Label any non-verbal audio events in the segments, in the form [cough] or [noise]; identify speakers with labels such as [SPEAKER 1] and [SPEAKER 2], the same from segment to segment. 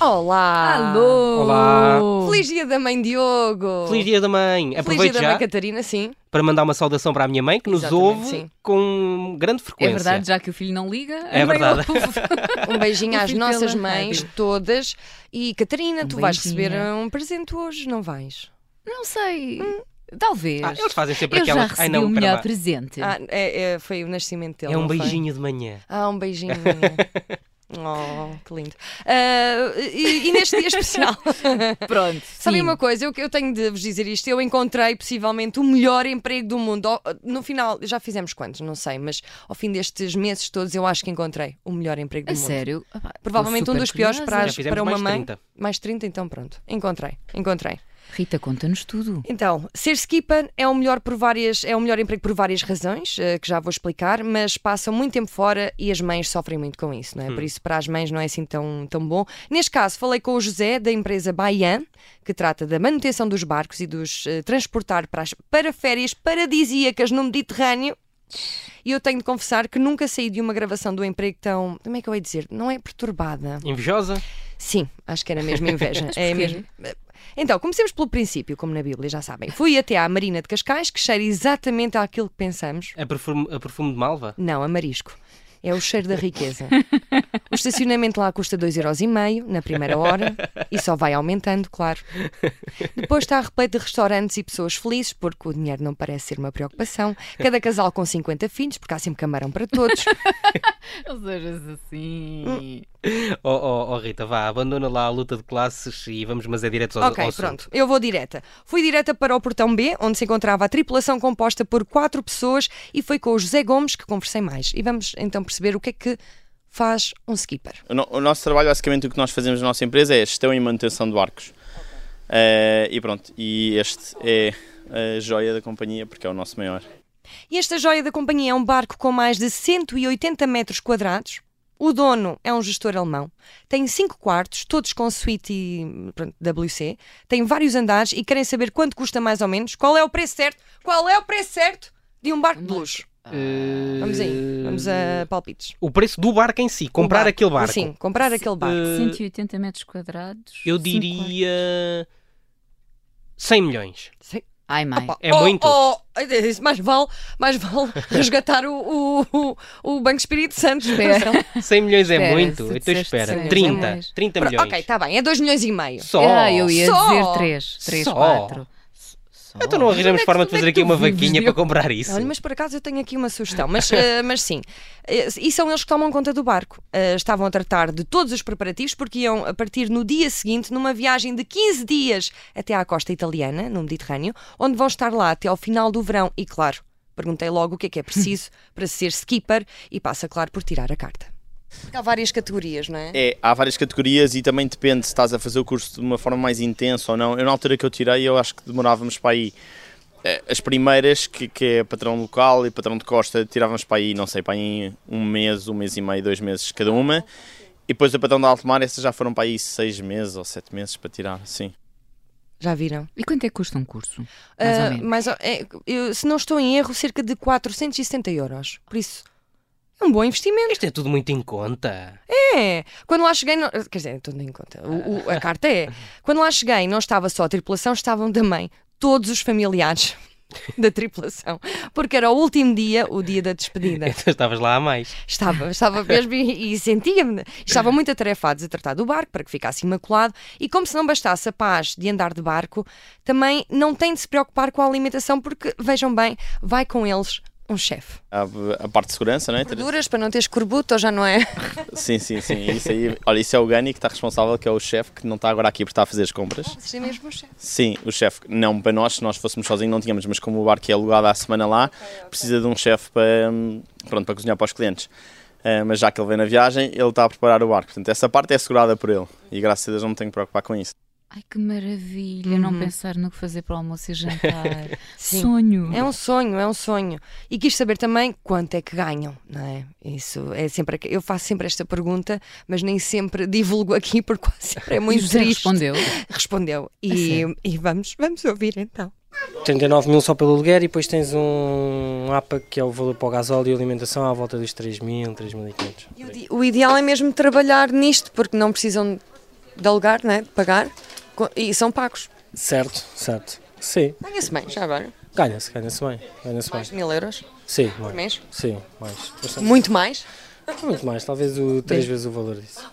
[SPEAKER 1] Olá!
[SPEAKER 2] Alô!
[SPEAKER 3] Olá.
[SPEAKER 1] Feliz dia da mãe Diogo!
[SPEAKER 3] Feliz Dia da Mãe!
[SPEAKER 1] Feliz dia
[SPEAKER 3] Aproveito
[SPEAKER 1] da
[SPEAKER 3] já
[SPEAKER 1] mãe Catarina, sim.
[SPEAKER 3] para mandar uma saudação para a minha mãe que nos
[SPEAKER 1] Exatamente,
[SPEAKER 3] ouve
[SPEAKER 1] sim.
[SPEAKER 3] com grande
[SPEAKER 2] É
[SPEAKER 3] frequência.
[SPEAKER 2] verdade, já que o filho não liga,
[SPEAKER 3] É
[SPEAKER 2] a mãe
[SPEAKER 3] verdade. [laughs]
[SPEAKER 2] ouve.
[SPEAKER 1] Um beijinho
[SPEAKER 2] Eu
[SPEAKER 1] às
[SPEAKER 2] fiz
[SPEAKER 1] nossas
[SPEAKER 2] pela
[SPEAKER 1] mães
[SPEAKER 2] rádio.
[SPEAKER 1] todas. E Catarina,
[SPEAKER 2] Um
[SPEAKER 1] tu vais
[SPEAKER 2] beijinho.
[SPEAKER 1] receber um presente hoje, não vais?
[SPEAKER 2] não sei. Talvez.
[SPEAKER 3] Ah, eles fazem sempre
[SPEAKER 2] Eu já
[SPEAKER 3] aquela.
[SPEAKER 2] recebi
[SPEAKER 3] Ai, não,
[SPEAKER 2] o
[SPEAKER 3] espera
[SPEAKER 2] melhor
[SPEAKER 3] lá.
[SPEAKER 2] presente.
[SPEAKER 1] Ah, é- é- foi o nascimento dele.
[SPEAKER 3] É um
[SPEAKER 1] não foi?
[SPEAKER 3] beijinho de manhã.
[SPEAKER 1] Ah, um beijinho. minha. Oh, que lindo. Ah, e, e neste dia especial,
[SPEAKER 2] Pronto.
[SPEAKER 1] sabem
[SPEAKER 2] sim.
[SPEAKER 1] uma coisa? Eu, eu tenho de vos dizer isto. Eu encontrei possivelmente o melhor emprego do mundo. Ao- No final, já fizemos quantos? Não sei, mas ao fim destes meses todos, eu acho que encontrei o melhor emprego do
[SPEAKER 2] A
[SPEAKER 1] mundo.
[SPEAKER 2] sério? Ah, pá, estou
[SPEAKER 1] Provavelmente um
[SPEAKER 2] super
[SPEAKER 1] dos piores
[SPEAKER 2] curiosa.
[SPEAKER 1] para,
[SPEAKER 3] Já fizemos
[SPEAKER 1] para uma
[SPEAKER 3] mais
[SPEAKER 1] mãe.
[SPEAKER 3] 30.
[SPEAKER 1] Mais 30, então pronto. Encontrei, encontrei.
[SPEAKER 2] Rita, conta-nos tudo.
[SPEAKER 1] Então, ser skipper é o melhor por várias, é o melhor emprego por várias razões, eh, que já vou explicar, mas passam muito tempo fora e as mães sofrem muito com isso,
[SPEAKER 3] Hum.
[SPEAKER 1] não é? Por isso, para as mães não é assim tão, tão bom. Neste caso, falei com o José da empresa Baian, que trata da manutenção dos barcos e dos eh, transportar para, as- para férias paradisíacas no Mediterrâneo. E eu tenho de confessar que nunca saí de uma gravação do emprego tão. Como é que eu ia dizer? Não é perturbada.
[SPEAKER 3] Invejosa?
[SPEAKER 1] Sim, acho que era mesmo inveja. é
[SPEAKER 2] porquê?
[SPEAKER 1] mesmo. Então, comecemos pelo princípio, como na Bíblia, já sabem. Fui até à Marina de Cascais, que cheira exatamente àquilo que pensamos.
[SPEAKER 3] A perfume, a perfume de malva?
[SPEAKER 1] Não, a marisco. É o cheiro da riqueza. O estacionamento lá custa 2,5€ na primeira hora e só vai aumentando, claro. Depois está repleto de restaurantes e pessoas felizes, porque o dinheiro não parece ser uma preocupação. Cada casal com 50 filhos, porque há sempre camarão para todos.
[SPEAKER 2] Ou seja, assim.
[SPEAKER 3] Oh, oh, oh, Rita, vá, abandona lá a luta de classes e vamos, mas é direto ao,
[SPEAKER 1] Ok,
[SPEAKER 3] ao assunto.
[SPEAKER 1] pronto. Eu vou direta. Fui direta para o portão B, onde se encontrava a tripulação composta por quatro pessoas e foi com o José Gomes que conversei mais. E vamos então perceber o que é que faz um skipper.
[SPEAKER 4] O, no- o nosso trabalho, basicamente, o que nós fazemos na nossa empresa é gestão e manutenção de barcos. Eh, e pronto, e este é a joia da companhia, porque é o nosso maior.
[SPEAKER 1] E esta joia da companhia é um barco com mais de 180 metros quadrados. O dono é um gestor alemão. Tem cinco quartos, todos com suíte e pronto, WC. Tem vários andares e querem saber quanto custa mais ou menos, qual é o preço certo, qual é o preço certo de um barco de luxo.
[SPEAKER 3] Eh,
[SPEAKER 1] Vamos aí, vamos a palpites.
[SPEAKER 3] O preço do barco em si, comprar
[SPEAKER 1] barco.
[SPEAKER 3] aquele barco. eh,
[SPEAKER 1] Sim, comprar aquele barco.
[SPEAKER 2] 180 metros quadrados.
[SPEAKER 3] Eu
[SPEAKER 2] cinco
[SPEAKER 3] diria. 100 milhões.
[SPEAKER 1] Sim.
[SPEAKER 2] quartos. Ai, mãe.
[SPEAKER 1] Opa,
[SPEAKER 3] É muito.
[SPEAKER 1] Oh, isso mais vale, mais
[SPEAKER 3] [laughs]
[SPEAKER 1] vale resgatar o, o, o, o Banco Espírito Santo.
[SPEAKER 2] Espera.
[SPEAKER 3] 100 milhões é
[SPEAKER 2] Espera,
[SPEAKER 3] muito.
[SPEAKER 2] se
[SPEAKER 3] Então
[SPEAKER 2] disseste cem
[SPEAKER 3] espera.
[SPEAKER 2] milhões,
[SPEAKER 3] 30.
[SPEAKER 2] é
[SPEAKER 3] 30
[SPEAKER 1] Pro-
[SPEAKER 3] milhões.
[SPEAKER 1] ok, está bem, é 2 milhões e meio.
[SPEAKER 3] Só.
[SPEAKER 2] Ah, eu ia
[SPEAKER 1] Só.
[SPEAKER 2] dizer 3, 3,
[SPEAKER 3] Só.
[SPEAKER 2] 4.
[SPEAKER 3] Então não arranjamos
[SPEAKER 2] Onde é que-
[SPEAKER 3] forma de
[SPEAKER 2] onde é
[SPEAKER 3] fazer
[SPEAKER 2] que
[SPEAKER 3] aqui
[SPEAKER 2] tu
[SPEAKER 3] uma
[SPEAKER 2] vives,
[SPEAKER 3] vaquinha para
[SPEAKER 2] Diogo?
[SPEAKER 3] comprar isso.
[SPEAKER 1] Olha, mas por acaso eu tenho aqui uma sugestão,
[SPEAKER 2] [laughs]
[SPEAKER 1] mas, eh, mas sim. Eh, E são eles que tomam conta do barco. Eh, estavam a tratar de todos os preparativos porque iam a partir no dia seguinte numa viagem de 15 dias até à costa italiana, no Mediterrâneo, onde vão estar lá até ao final do verão. E claro, perguntei logo o que é que é
[SPEAKER 2] [laughs]
[SPEAKER 1] preciso para ser skipper e passa, claro, por tirar a carta. Porque há várias categorias, não é?
[SPEAKER 4] É, há várias categorias e também depende se estás a fazer o curso de uma forma mais intensa ou não. Eu, na altura que eu tirei, eu acho que demorávamos para aí. eh, As primeiras, que, que é patrão local e patrão de costa, tirávamos para aí, não sei, para aí em um mês, um mês e meio, dois meses cada uma. E depois a patrão de alto mar, essas já foram para aí seis meses ou sete meses para tirar, sim.
[SPEAKER 1] Já viram?
[SPEAKER 2] E quanto é que custa um curso?
[SPEAKER 3] Eh,
[SPEAKER 1] Ah,
[SPEAKER 2] Mais ou menos.
[SPEAKER 1] mais ou- é, eu- se não estou em erro, cerca de 470 euros. Por isso, é um bom investimento.
[SPEAKER 3] Isto é tudo muito em conta. [laughs]
[SPEAKER 1] É. Quando lá cheguei, não- quer dizer, tudo em conta. O- o- a carta é. Quando lá cheguei, não estava só a tripulação, estavam também todos os familiares [laughs] da tripulação, porque era o último dia, o dia da despedida.
[SPEAKER 3] Então estavas lá a mais.
[SPEAKER 1] Estava, estava mesmo e, e sentia-me. Estavam muito atarefados a tratar do barco para que ficasse imaculado. E como se não bastasse a paz de andar de barco, também não tem de se preocupar com a alimentação, porque vejam bem, vai com eles um chefe.
[SPEAKER 4] Há a parte de segurança, não é?
[SPEAKER 1] Gorduras para não teres corbuto, já não é?
[SPEAKER 4] Sim, sim, sim. Isso aí, olha, isso é o Gani que está responsável, que é o chefe, que não está agora aqui porque está a fazer as compras.
[SPEAKER 1] Sim, mesmo um chefe.
[SPEAKER 4] Sim, o chefe, não para nós, se nós fôssemos sozinhos não tínhamos, mas como o barco é alugado à semana lá, precisa de um chefe para, hum, pronto, para cozinhar para os clientes. Ah, mas já que ele vem na viagem, ele está a preparar o barco. Portanto, essa parte é assegurada por ele. E graças a Deus não me tenho que preocupar com isso.
[SPEAKER 2] Ai, que maravilha.
[SPEAKER 3] Uhum.
[SPEAKER 2] Não pensar no que fazer para o almoço
[SPEAKER 3] [laughs]
[SPEAKER 2] e jantar.
[SPEAKER 1] Sim.
[SPEAKER 2] Sonho.
[SPEAKER 1] É um sonho, é um sonho. E quis saber também quanto é que ganham, não é? Isso é sempre. aqu- Eu faço sempre esta pergunta, mas nem sempre divulgo aqui, porque quase sempre é
[SPEAKER 2] [laughs] E o
[SPEAKER 1] muito
[SPEAKER 2] José
[SPEAKER 1] triste.
[SPEAKER 2] respondeu.
[SPEAKER 1] Respondeu. E,
[SPEAKER 2] sério?
[SPEAKER 1] e vamos, vamos ouvir então.
[SPEAKER 5] 39 mil só pelo aluguer e depois tens um APA que é o valor para o gasóleo e alimentação à volta dos 3 mil, 3.500.
[SPEAKER 1] [laughs] E o di- O ideal é mesmo trabalhar nisto, porque não precisam de alugar, né? de pagar, co- e são pagos.
[SPEAKER 5] Certo, certo. Sim,
[SPEAKER 1] Ganha-se bem, já agora.
[SPEAKER 5] ganha-se, ganha-se bem. Ganha-se bem.
[SPEAKER 1] Mais de mil euros
[SPEAKER 5] Sim,
[SPEAKER 1] por
[SPEAKER 5] mais.
[SPEAKER 1] mês.
[SPEAKER 5] Sim, mais. Bastante.
[SPEAKER 1] Muito mais.
[SPEAKER 5] Muito mais, talvez o três vezes o valor disso.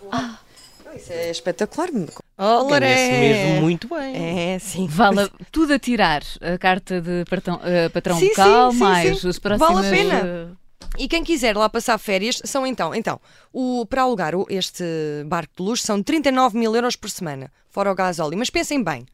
[SPEAKER 1] Isso é espetacular.
[SPEAKER 3] Ganha-se É mesmo muito bem.
[SPEAKER 1] É, sim.
[SPEAKER 2] Vale a- tudo a tirar a carta de partão- eh, patrão
[SPEAKER 1] Sim,
[SPEAKER 2] local,
[SPEAKER 1] sim, sim,
[SPEAKER 2] mais
[SPEAKER 1] sim.
[SPEAKER 2] os
[SPEAKER 1] Vale a
[SPEAKER 2] próximos.
[SPEAKER 1] pena.
[SPEAKER 2] eh,
[SPEAKER 1] E quem quiser lá passar férias, são então, então, o, para alugar o- este barco de luxo são 39 mil euros por semana, fora o gás óleo. Mas pensem bem,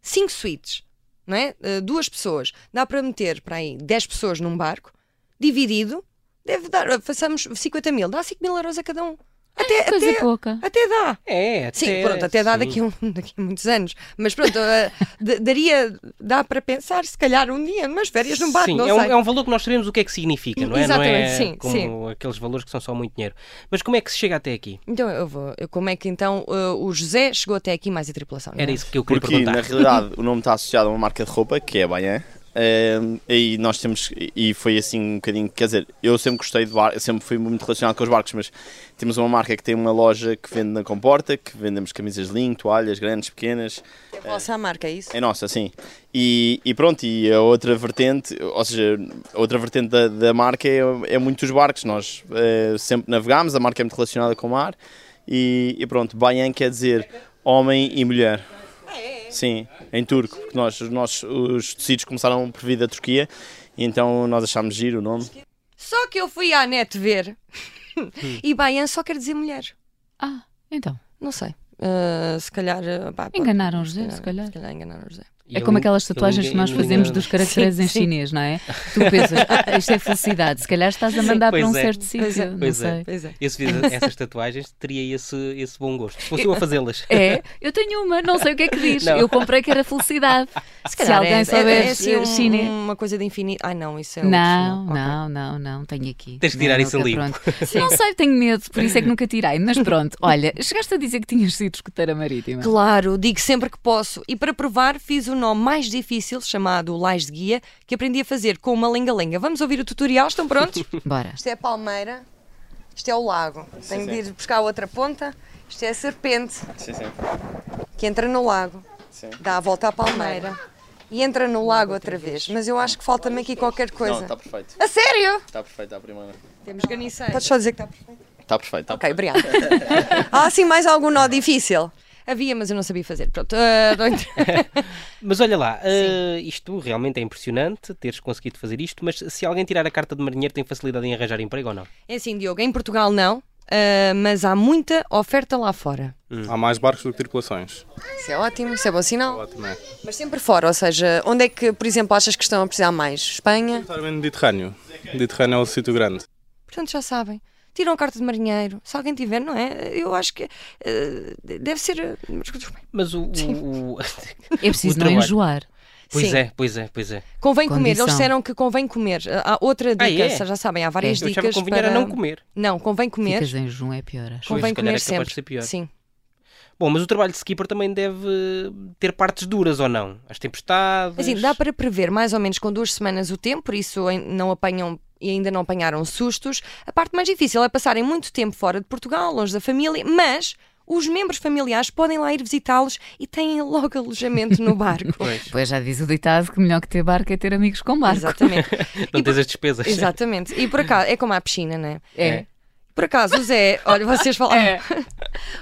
[SPEAKER 1] 5 suítes, não é? Eh, duas pessoas, dá para meter para aí 10 pessoas num barco, dividido, deve dar, façamos 50 mil, dá 5 mil euros a cada um. Até,
[SPEAKER 2] eh, coisa
[SPEAKER 1] até,
[SPEAKER 2] pouca.
[SPEAKER 1] até dá.
[SPEAKER 3] É, até,
[SPEAKER 1] Sim, pronto, até dá
[SPEAKER 3] sim.
[SPEAKER 1] daqui a, um, [laughs] daqui a muitos anos. Mas pronto, eh, d- daria, dá para pensar, se calhar um dia, mas férias num barco,
[SPEAKER 3] Sim,
[SPEAKER 1] não
[SPEAKER 3] é, um,
[SPEAKER 1] sei.
[SPEAKER 3] é um valor que nós sabemos o que é que significa, não é? não é
[SPEAKER 1] Exatamente, sim,
[SPEAKER 3] como
[SPEAKER 1] sim.
[SPEAKER 3] aqueles valores que são só muito dinheiro. Mas como é que se chega até aqui?
[SPEAKER 1] Então eu vou. eu- como é que então eh, o José chegou até aqui mais a tripulação? não é?
[SPEAKER 3] Era isso que eu queria
[SPEAKER 4] Porque na
[SPEAKER 3] perguntar. [laughs]
[SPEAKER 4] realidade o nome está associado a uma marca de roupa que é a Baian. ehm, e nós temos, e foi assim um bocadinho, quer dizer, eu sempre gostei de barcos, sempre fui muito relacionado com os barcos, mas temos uma marca que tem uma loja que vende na comporta, que vendemos camisas de linho, toalhas grandes, pequenas,
[SPEAKER 1] É a vossa marca, é isso?
[SPEAKER 4] é nossa, sim. E, e pronto, e a outra vertente, ou seja, a outra vertente da, da marca é, é muito os barcos. Nós eh, sempre navegámos, a marca é muito relacionada com o mar. E, e pronto, Bayan quer dizer homem e mulher. Sim, em turco, porque nós, os, nossos, os tecidos começaram por vir da Turquia, e então nós achámos giro o nome.
[SPEAKER 1] Só que eu fui à net ver e Baian só quer dizer mulher.
[SPEAKER 2] Ah, então.
[SPEAKER 1] Não sei. Eh, se calhar. eh, pá, pá,
[SPEAKER 2] Enganaram o José, se calhar.
[SPEAKER 1] Se calhar enganaram o José.
[SPEAKER 2] É como aquelas tatuagens que nós fazemos
[SPEAKER 3] [laughs]
[SPEAKER 2] dos
[SPEAKER 3] dos
[SPEAKER 2] caracteres
[SPEAKER 1] Sim,
[SPEAKER 2] em
[SPEAKER 1] sim.
[SPEAKER 2] chinês, não é? Tu pensas, ah, isto é felicidade, se calhar estás a mandar
[SPEAKER 3] Pois
[SPEAKER 2] para um
[SPEAKER 3] é.
[SPEAKER 2] certo sítio,
[SPEAKER 1] Pois é.
[SPEAKER 2] não
[SPEAKER 3] Pois é.
[SPEAKER 2] sei.
[SPEAKER 1] Pois é.
[SPEAKER 3] Eu
[SPEAKER 1] [laughs]
[SPEAKER 3] se fiz essas tatuagens, teria esse, esse bom gosto. Se fosse eu a fazê-las.
[SPEAKER 2] É, eu tenho uma, não sei o que é que diz.
[SPEAKER 3] Não.
[SPEAKER 2] Eu comprei que era felicidade. Se, alguém souber
[SPEAKER 1] assim,
[SPEAKER 2] eh,
[SPEAKER 1] um-
[SPEAKER 2] chinês.
[SPEAKER 1] uma coisa de infinito. Ai não, isso é outro,
[SPEAKER 2] Não,
[SPEAKER 1] Ok.
[SPEAKER 2] não, não, não, tenho aqui.
[SPEAKER 3] Tens de tirar
[SPEAKER 2] Não,
[SPEAKER 3] isso
[SPEAKER 2] nunca,
[SPEAKER 1] [laughs]
[SPEAKER 3] ali.
[SPEAKER 2] pronto. Não sei, tenho medo, por isso é que nunca tirei. Mas pronto, olha, chegaste a dizer que tinhas sido escuteira marítima.
[SPEAKER 1] Claro, digo sempre que posso. E para provar, fiz o nome mais difícil, chamado Lais de Guia, que aprendi a fazer com uma lenga-lenga. Vamos ouvir o tutorial, estão prontos?
[SPEAKER 2] Bora.
[SPEAKER 1] Isto é a palmeira, isto é o lago. Tenho de ir buscar a outra ponta. Isto é a serpente
[SPEAKER 4] Sim, sim.
[SPEAKER 1] que entra no lago,
[SPEAKER 4] Sim.
[SPEAKER 1] dá a volta à palmeira e entra no lago outra vez. Mas eu acho que falta-me aqui qualquer
[SPEAKER 4] Não,
[SPEAKER 1] coisa.
[SPEAKER 6] tá-
[SPEAKER 4] está perfeito.
[SPEAKER 1] A sério?
[SPEAKER 4] Está perfeito, está primeira.
[SPEAKER 1] Temos ganiceiro. Podes só dizer que está perfeito.
[SPEAKER 4] Está Tá perfeito, está
[SPEAKER 1] Ok,
[SPEAKER 6] [laughs]
[SPEAKER 1] obrigada. Há assim mais algum nó difícil? Havia, mas eu não sabia fazer. Pronto, ah, [laughs] não entra-
[SPEAKER 3] Mas olha lá, eh, isto realmente é impressionante teres conseguido fazer isto, mas se alguém tirar a carta de marinheiro tem facilidade em arranjar emprego ou não?
[SPEAKER 1] É assim, Diogo, em Portugal não, ah, mas há muita oferta lá fora.
[SPEAKER 6] Hum. Há mais barcos do que tripulações.
[SPEAKER 1] Isso é ótimo, isso é bom sinal.
[SPEAKER 6] Ótimo, é.
[SPEAKER 1] Mas sempre fora, ou seja, onde é que, por exemplo, achas que estão a precisar mais? Espanha?
[SPEAKER 6] Principalmente no Mediterrâneo. Mediterrâneo é o sítio grande.
[SPEAKER 1] Portanto, já sabem. Tiram a carta de marinheiro. Se alguém tiver, não é? Eu acho que eh, deve ser. eh, mas desculpa.
[SPEAKER 3] Mas o. o- [laughs] o-
[SPEAKER 2] É preciso
[SPEAKER 3] O
[SPEAKER 2] não
[SPEAKER 3] trabalho.
[SPEAKER 2] enjoar.
[SPEAKER 3] pois
[SPEAKER 1] Sim.
[SPEAKER 3] é, pois é, pois é.
[SPEAKER 1] Convém comer. Eles
[SPEAKER 2] Condição.
[SPEAKER 1] disseram que convém comer. Há outra dica,
[SPEAKER 3] Ah, é?
[SPEAKER 1] se- já sabem, há várias
[SPEAKER 3] eu achava
[SPEAKER 1] dicas.
[SPEAKER 3] que convinha
[SPEAKER 1] para...
[SPEAKER 3] era não comer.
[SPEAKER 1] Não, convém comer.
[SPEAKER 2] Ficas em jejum, é pior, acho.
[SPEAKER 3] Pois,
[SPEAKER 1] Convém
[SPEAKER 3] se calhar
[SPEAKER 1] comer
[SPEAKER 3] é capaz
[SPEAKER 1] sempre.
[SPEAKER 3] de ser pior.
[SPEAKER 1] Sim.
[SPEAKER 3] Bom, mas o trabalho de skipper também deve ter partes duras ou não? As tempestades.
[SPEAKER 1] Assim, dá para prever mais ou menos com duas semanas o tempo, por isso em- não apanham e ainda não apanharam sustos. A parte mais difícil é passarem muito tempo fora de Portugal, longe da família, mas os membros familiares podem lá ir visitá-los e têm [laughs] logo alojamento no barco.
[SPEAKER 3] Pois,
[SPEAKER 2] Pois já diz o ditado que melhor que ter barco é ter amigos com barco.
[SPEAKER 1] Exatamente.
[SPEAKER 3] [laughs] não
[SPEAKER 1] E
[SPEAKER 3] tens as [laughs] despesas.
[SPEAKER 1] Exatamente. E por acaso, é como a piscina, né?
[SPEAKER 2] É.
[SPEAKER 1] Por acaso, o Zé, olha, vocês falaram.
[SPEAKER 3] É.
[SPEAKER 1] [laughs]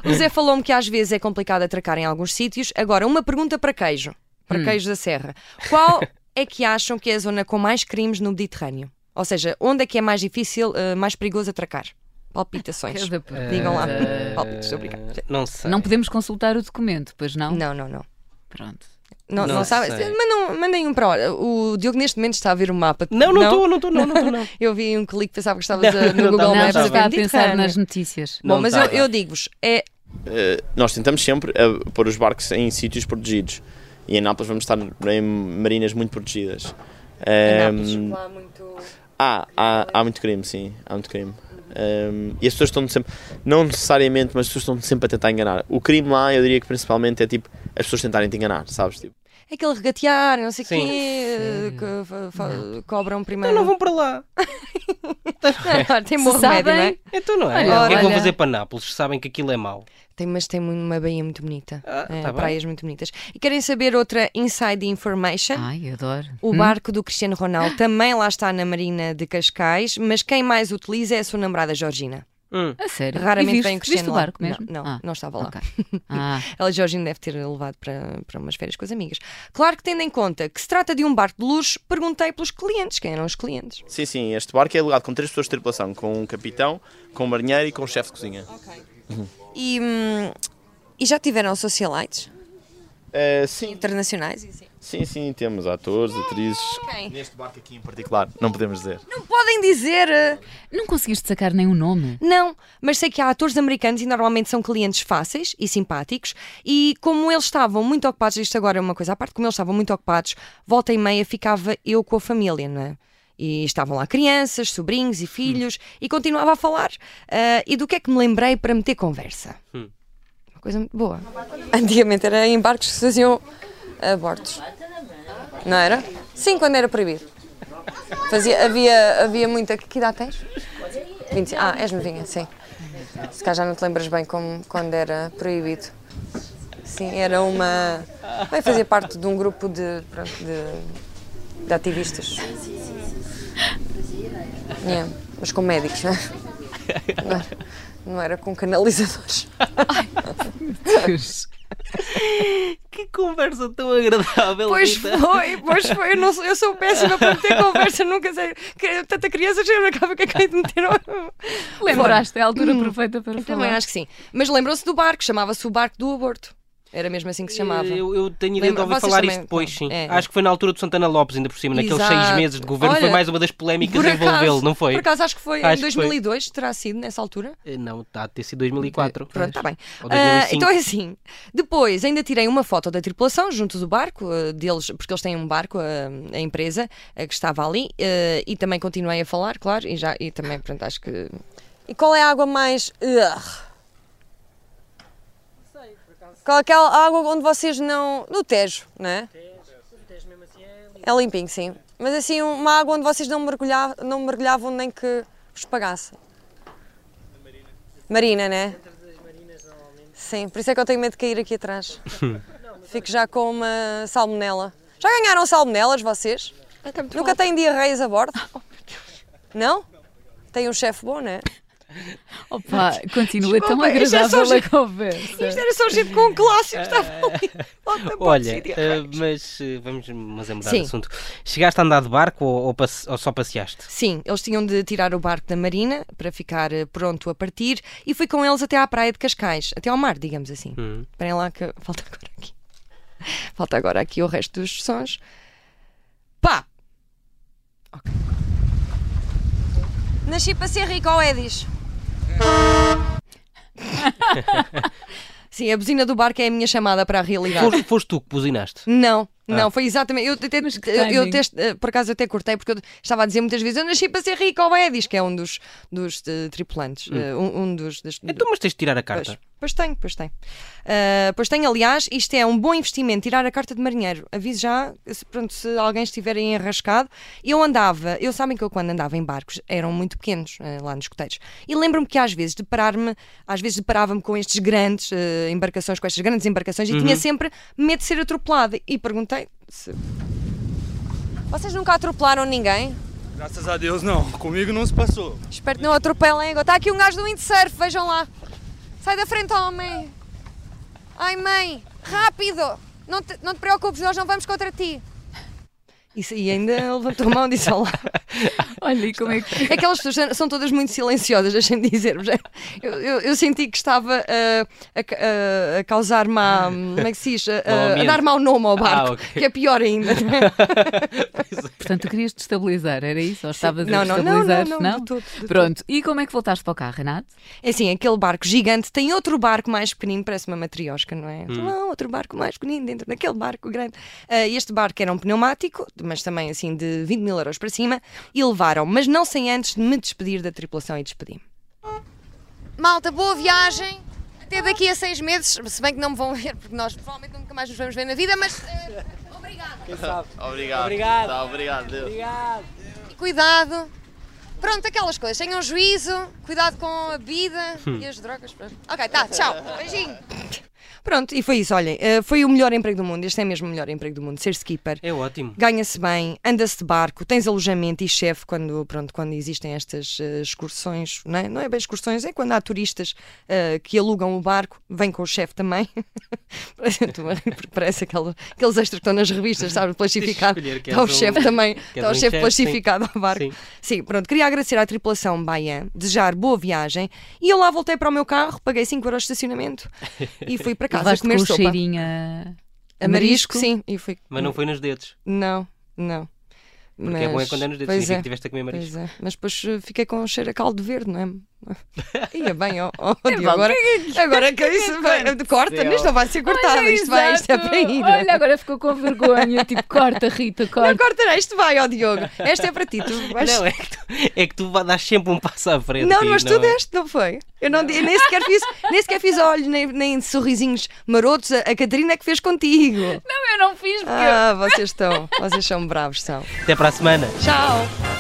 [SPEAKER 1] O Zé falou-me que às vezes é complicado atracar em alguns sítios. Agora, uma pergunta para queijo, para
[SPEAKER 3] Hum.
[SPEAKER 1] queijo da Serra. Qual é que acham que é a zona com mais crimes no Mediterrâneo? Ou seja, onde é que é mais difícil, eh, mais perigoso atracar? Palpitações.
[SPEAKER 2] Cada p-
[SPEAKER 1] Digam lá.
[SPEAKER 2] Eh,
[SPEAKER 1] Palpites, obrigado.
[SPEAKER 3] Não sei.
[SPEAKER 2] Não podemos consultar o documento, pois não?
[SPEAKER 1] Não, não, não.
[SPEAKER 2] Pronto.
[SPEAKER 1] Não,
[SPEAKER 3] Não
[SPEAKER 1] não, sabe?
[SPEAKER 3] sei.
[SPEAKER 1] Mandam- mandem um para. olha, O Diogo neste momento está a ver o mapa.
[SPEAKER 3] Não, não estou, não estou, não, não Então estou,
[SPEAKER 1] [laughs]
[SPEAKER 3] não.
[SPEAKER 1] Eu vi um clique, pensava que estavas a- no
[SPEAKER 3] Não, não
[SPEAKER 1] Google
[SPEAKER 3] estava,
[SPEAKER 2] não,
[SPEAKER 1] Maps
[SPEAKER 2] já
[SPEAKER 3] estava.
[SPEAKER 2] está a
[SPEAKER 1] ver
[SPEAKER 2] pensar
[SPEAKER 1] Mediterrâneo.
[SPEAKER 2] nas notícias.
[SPEAKER 1] Bom,
[SPEAKER 3] Não tá,
[SPEAKER 1] mas eu,
[SPEAKER 3] estava.
[SPEAKER 1] eu digo-vos, é
[SPEAKER 4] Uh, nós tentamos sempre uh, pôr os barcos em sítios protegidos e em Nápoles vamos estar em marinas muito protegidas.
[SPEAKER 3] Ehm,
[SPEAKER 4] Um, há, há, há muito crime, sim, há muito crime. Um, e as pessoas estão sempre, não necessariamente, mas as pessoas estão sempre a tentar enganar. O crime lá, eu diria que principalmente é tipo as pessoas tentarem te enganar, sabes? Tipo,
[SPEAKER 1] aquele regatear, não sei o
[SPEAKER 3] Sim. Então
[SPEAKER 1] quê, que fa- fa- cobram
[SPEAKER 3] Não,
[SPEAKER 1] [laughs] primeiro.
[SPEAKER 3] não vão para lá.
[SPEAKER 1] Agora tem bom
[SPEAKER 2] Se
[SPEAKER 1] remédio, não é?
[SPEAKER 2] sabem,
[SPEAKER 3] Então não é.
[SPEAKER 2] Olha,
[SPEAKER 3] o que é que vão
[SPEAKER 2] olha.
[SPEAKER 3] fazer para Nápoles? Sabem que aquilo é mau.
[SPEAKER 1] Tem, mas tem uma baía muito bonita.
[SPEAKER 3] Ah,
[SPEAKER 1] É,
[SPEAKER 3] tá bem.
[SPEAKER 1] praias muito bonitas. E querem saber outra inside information?
[SPEAKER 2] Ai, adoro.
[SPEAKER 1] O
[SPEAKER 2] Ah. Hum.
[SPEAKER 1] barco do Cristiano Ronaldo também lá está na Marina de Cascais, mas quem mais utiliza é a sua namorada Georgina.
[SPEAKER 3] Hum.
[SPEAKER 2] A sério.
[SPEAKER 1] Raramente
[SPEAKER 2] e viste,
[SPEAKER 1] vem o Cristiano
[SPEAKER 2] viste o
[SPEAKER 1] lá.
[SPEAKER 2] barco mesmo?
[SPEAKER 1] Não, não,
[SPEAKER 2] ah,
[SPEAKER 1] não estava lá.
[SPEAKER 2] ok. Ah,
[SPEAKER 1] Ela Georgina deve ter levado para, para umas férias com as amigas. Claro que tendo em conta que se trata de um barco de luxo, perguntei pelos clientes, quem eram os clientes.
[SPEAKER 4] Sim, sim, este barco é alugado com três pessoas de tripulação, com um capitão, com um marinheiro e com um chefe de cozinha.
[SPEAKER 1] E, hum, e já tiveram socialites
[SPEAKER 4] Eh, sim,
[SPEAKER 1] internacionais? e assim?
[SPEAKER 4] sim, sim, temos atores, atrizes.
[SPEAKER 1] Quem?
[SPEAKER 4] Neste barco aqui em particular, não podemos dizer.
[SPEAKER 1] Não podem dizer. eh,
[SPEAKER 2] não conseguiste sacar nenhum
[SPEAKER 1] [laughs]
[SPEAKER 2] nome?
[SPEAKER 1] Não, mas sei que há atores americanos e normalmente são clientes fáceis e simpáticos. E como eles estavam muito ocupados, isto agora é uma coisa à parte, como eles estavam muito ocupados, volta e meia ficava eu com a família, não é? E estavam lá crianças, sobrinhos e filhos, e continuava a falar. Ah, e do que é que me lembrei para meter conversa? Uma coisa muito boa. Antigamente era em barcos que se faziam abortos. Não era? Sim, quando era proibido. Fazia, havia, havia muita. Que idade tens? 25. Ah, és novinha, sim. Se calhar já não te lembras bem como, quando era proibido. Sim, era uma. Bem, fazia parte de um grupo de, pronto, de, de ativistas. Yeah, mas com médicos, não é? Não era, não era com canalizadores.
[SPEAKER 2] Deus.
[SPEAKER 3] Que conversa tão agradável.
[SPEAKER 1] Pois
[SPEAKER 3] Rita.
[SPEAKER 1] foi, pois foi. Eu, não sou, eu sou péssima para meter conversa, nunca sei. que- Tanta criança já acaba que acabei de meter.
[SPEAKER 2] Lembraste, é a altura perfeita para falar.
[SPEAKER 1] Hum. Também acho que sim. Mas lembram-se do barco, chamava-se o barco do aborto. Era mesmo assim que se chamava.
[SPEAKER 3] Eu, eu tenho ideia de
[SPEAKER 1] Lembra-
[SPEAKER 3] ouvir
[SPEAKER 1] vocês
[SPEAKER 3] falar
[SPEAKER 1] também-
[SPEAKER 3] isto depois, sim.
[SPEAKER 1] É.
[SPEAKER 3] Acho que foi na altura do Santana Lopes, ainda por cima, naqueles
[SPEAKER 1] Exato.
[SPEAKER 3] seis meses de governo. foi
[SPEAKER 1] Olha,
[SPEAKER 3] mais uma das polémicas
[SPEAKER 1] Por
[SPEAKER 3] a
[SPEAKER 1] acaso-
[SPEAKER 3] envolvê-lo, não foi?
[SPEAKER 1] Por acaso acho que foi em
[SPEAKER 3] Acho que foi.
[SPEAKER 1] 2002, terá sido nessa altura.
[SPEAKER 3] Eh, Não, está a ter sido 2004.
[SPEAKER 1] Pronto, está bem.
[SPEAKER 3] Ou
[SPEAKER 1] Ah,
[SPEAKER 3] 2005.
[SPEAKER 1] então é assim. Depois ainda tirei uma foto da tripulação junto do barco, ah, deles, porque eles têm um barco, ah, a empresa ah, que estava ali, ah, e também continuei a falar, claro, e, já, e também, pronto, acho que. E qual é a água mais. Qual é aquela água onde vocês não. No Tejo, não é? É limpinho, sim. Mas assim, uma água onde vocês não mergulhavam, não mergulhavam nem que vos pagassem. Marina, né? Sim, por isso é que eu tenho medo de cair aqui
[SPEAKER 3] [laughs]
[SPEAKER 1] atrás. Fico já com uma salmonela. Já ganharam salmonelas vocês? Nunca têm diarreias a bordo? Não? Tem um chefe bom, né?
[SPEAKER 2] Opa, continua
[SPEAKER 1] [laughs]
[SPEAKER 2] tão
[SPEAKER 1] Desculpa, isto é só
[SPEAKER 2] agradável
[SPEAKER 1] gente-
[SPEAKER 2] a conversa.
[SPEAKER 1] era só gente com classe que estava ali.
[SPEAKER 3] [laughs]
[SPEAKER 1] um
[SPEAKER 3] Olha, eh, mas eh, vamos mas é mudar de
[SPEAKER 1] Sim.
[SPEAKER 3] assunto. Chegaste a andar de barco ou, ou passe- ou só passeaste?
[SPEAKER 1] Sim, eles tinham de tirar o barco da marina para ficar eh, pronto a partir e fui com eles até à praia de Cascais, até ao mar, digamos assim. Esperem lá que [laughs] falta agora aqui. Falta agora aqui o resto dos sons. Pá! Nasci para ser rico ao Edis. Sim, a buzina do barco é a minha chamada para a realidade.
[SPEAKER 3] Foste, foste tu que buzinaste?
[SPEAKER 1] Não, não, foi exatamente. Eu, até,
[SPEAKER 2] Mas que
[SPEAKER 1] eu- eu
[SPEAKER 2] timing.
[SPEAKER 1] teste- eh, por acaso até cortei, porque eu estava a dizer muitas vezes: eu nasci para ser rico, ou é? Diz que é um dos, dos eh, tripulantes, eh, um, um dos. dos-
[SPEAKER 3] Então, mas tens de tirar a
[SPEAKER 1] pois,
[SPEAKER 3] carta.
[SPEAKER 1] pois tem, pois tem. Ah, pois tem, aliás, isto é um bom investimento, tirar a carta de marinheiro. Aviso já, se, pronto, se alguém estiver aí enrascado. Eu andava, eu sabem que eu quando andava em barcos eram muito pequenos, eh, lá nos coteiros. E lembro-me que às vezes deparar-me, às vezes deparava-me com estes grandes eh, embarcações, com estas grandes embarcações, e tinha sempre medo de ser atropelada. E perguntei se. Vocês nunca atropelaram ninguém?
[SPEAKER 7] Graças a Deus não, comigo não se passou.
[SPEAKER 1] Espero que não atropelem agora. Está aqui um gajo do windsurf, vejam lá. Sai da frente, homem. Ai, mãe, rápido. Não te, não te preocupes, nós não vamos contra ti. Isso, e ainda levantou a mão e disse olá.
[SPEAKER 2] Olha, e como é que.
[SPEAKER 1] [laughs] Aquelas pessoas são todas muito silenciosas, deixem-me dizer-vos. É, Eu, eu- eu senti que estava ah, a, ca- ah, a causar má. Como é que se diz? A- a- A,
[SPEAKER 3] ambiente.
[SPEAKER 1] dar mau nome ao barco,
[SPEAKER 3] ok.
[SPEAKER 1] que é pior ainda. [laughs]
[SPEAKER 2] Portanto, tu querias destabilizar, era isso? Ou estavas
[SPEAKER 1] Não,
[SPEAKER 2] a
[SPEAKER 1] não, não,
[SPEAKER 2] destabilizar?
[SPEAKER 1] não, não, de todo, de todo.
[SPEAKER 2] Pronto, e como é que voltaste para o carro, Renato?
[SPEAKER 1] É assim, aquele barco gigante tem outro barco mais pequenino, parece uma matriosca, não é? Não, outro barco mais pequenino dentro daquele barco grande. Ah, este barco era um pneumático, mas também assim de 20 mil euros para cima, e levaram, mas não sem antes de me despedir da tripulação e despedi-me. Malta, boa viagem. Até daqui a seis meses, se bem que não me vão ver, porque nós provavelmente nunca mais nos vamos ver na vida, mas obrigado.
[SPEAKER 4] Obrigado.
[SPEAKER 5] Obrigado.
[SPEAKER 4] Tá, obrigado, Deus.
[SPEAKER 5] Obrigado.
[SPEAKER 1] Cuidado. Pronto, aquelas coisas. Tenham juízo, cuidado com a bebida e as drogas. Pronto. Ok, tá, tchau. Beijinho. Pronto, e foi isso. Olhem, eh, foi o melhor emprego do mundo. Este é mesmo o melhor emprego do mundo, ser skipper.
[SPEAKER 3] É ótimo.
[SPEAKER 1] Ganha-se bem, anda-se de barco, tens alojamento e chefe quando, pronto, quando existem estas eh, excursões, não é? não é bem excursões, é quando há turistas eh, que alugam o barco, vem com o chefe também. [laughs] Estou a rir [laughs] porque Parece aquele- aqueles extras que estão nas revistas, sabe? Plastificado.
[SPEAKER 3] escolher, queres
[SPEAKER 1] Está o
[SPEAKER 3] um-
[SPEAKER 1] chefe também, está o
[SPEAKER 3] um
[SPEAKER 1] chefe
[SPEAKER 3] chefe,
[SPEAKER 1] plastificado ao barco.
[SPEAKER 3] Sim.
[SPEAKER 1] Sim, pronto, queria agradecer à tripulação Baian, desejar boa viagem e eu lá voltei para o meu carro, paguei 5 euros de estacionamento e fui para casa
[SPEAKER 2] Levaste com
[SPEAKER 1] comer
[SPEAKER 2] o
[SPEAKER 1] sopa.
[SPEAKER 2] cheirinho a...
[SPEAKER 1] A marisco, sim, e fui.
[SPEAKER 3] Mas não foi nos dedos.
[SPEAKER 1] Não, não.
[SPEAKER 3] Porque é bom é quando é nos dedos.
[SPEAKER 1] Pois
[SPEAKER 3] Significa
[SPEAKER 1] é,
[SPEAKER 3] que tiveste a comer marisco.
[SPEAKER 1] pois é. Mas depois eh, fiquei com um cheiro a caldo verde,
[SPEAKER 3] [laughs]
[SPEAKER 1] não é? Ia bem, ó, ó,
[SPEAKER 3] É
[SPEAKER 1] Diogo,
[SPEAKER 2] bom,
[SPEAKER 1] agora, agora que isso vai, corta, isto não vai ser cortado,
[SPEAKER 2] Olha,
[SPEAKER 1] isto vai, isto é
[SPEAKER 2] exato.
[SPEAKER 1] para ir.
[SPEAKER 2] Olha, agora ficou com vergonha. Tipo, corta, Rita,
[SPEAKER 1] Não
[SPEAKER 2] corta.
[SPEAKER 1] corta, não, isto vai, ó Diogo. Esta é para ti. Tu vais...
[SPEAKER 3] Não, é que, tu, é que tu dás sempre um passo à frente.
[SPEAKER 1] Não,
[SPEAKER 3] e
[SPEAKER 1] mas tu
[SPEAKER 3] não é-
[SPEAKER 1] deste, não foi? Eu, não, eu nem sequer fiz, nem sequer fiz olhos, nem, nem sorrisinhos marotos. A, a Catarina é que fez contigo.
[SPEAKER 2] Não, eu não fiz porque eu-
[SPEAKER 1] Ah, vocês estão, vocês são bravos, são.
[SPEAKER 3] Até para a semana.
[SPEAKER 1] Tchau.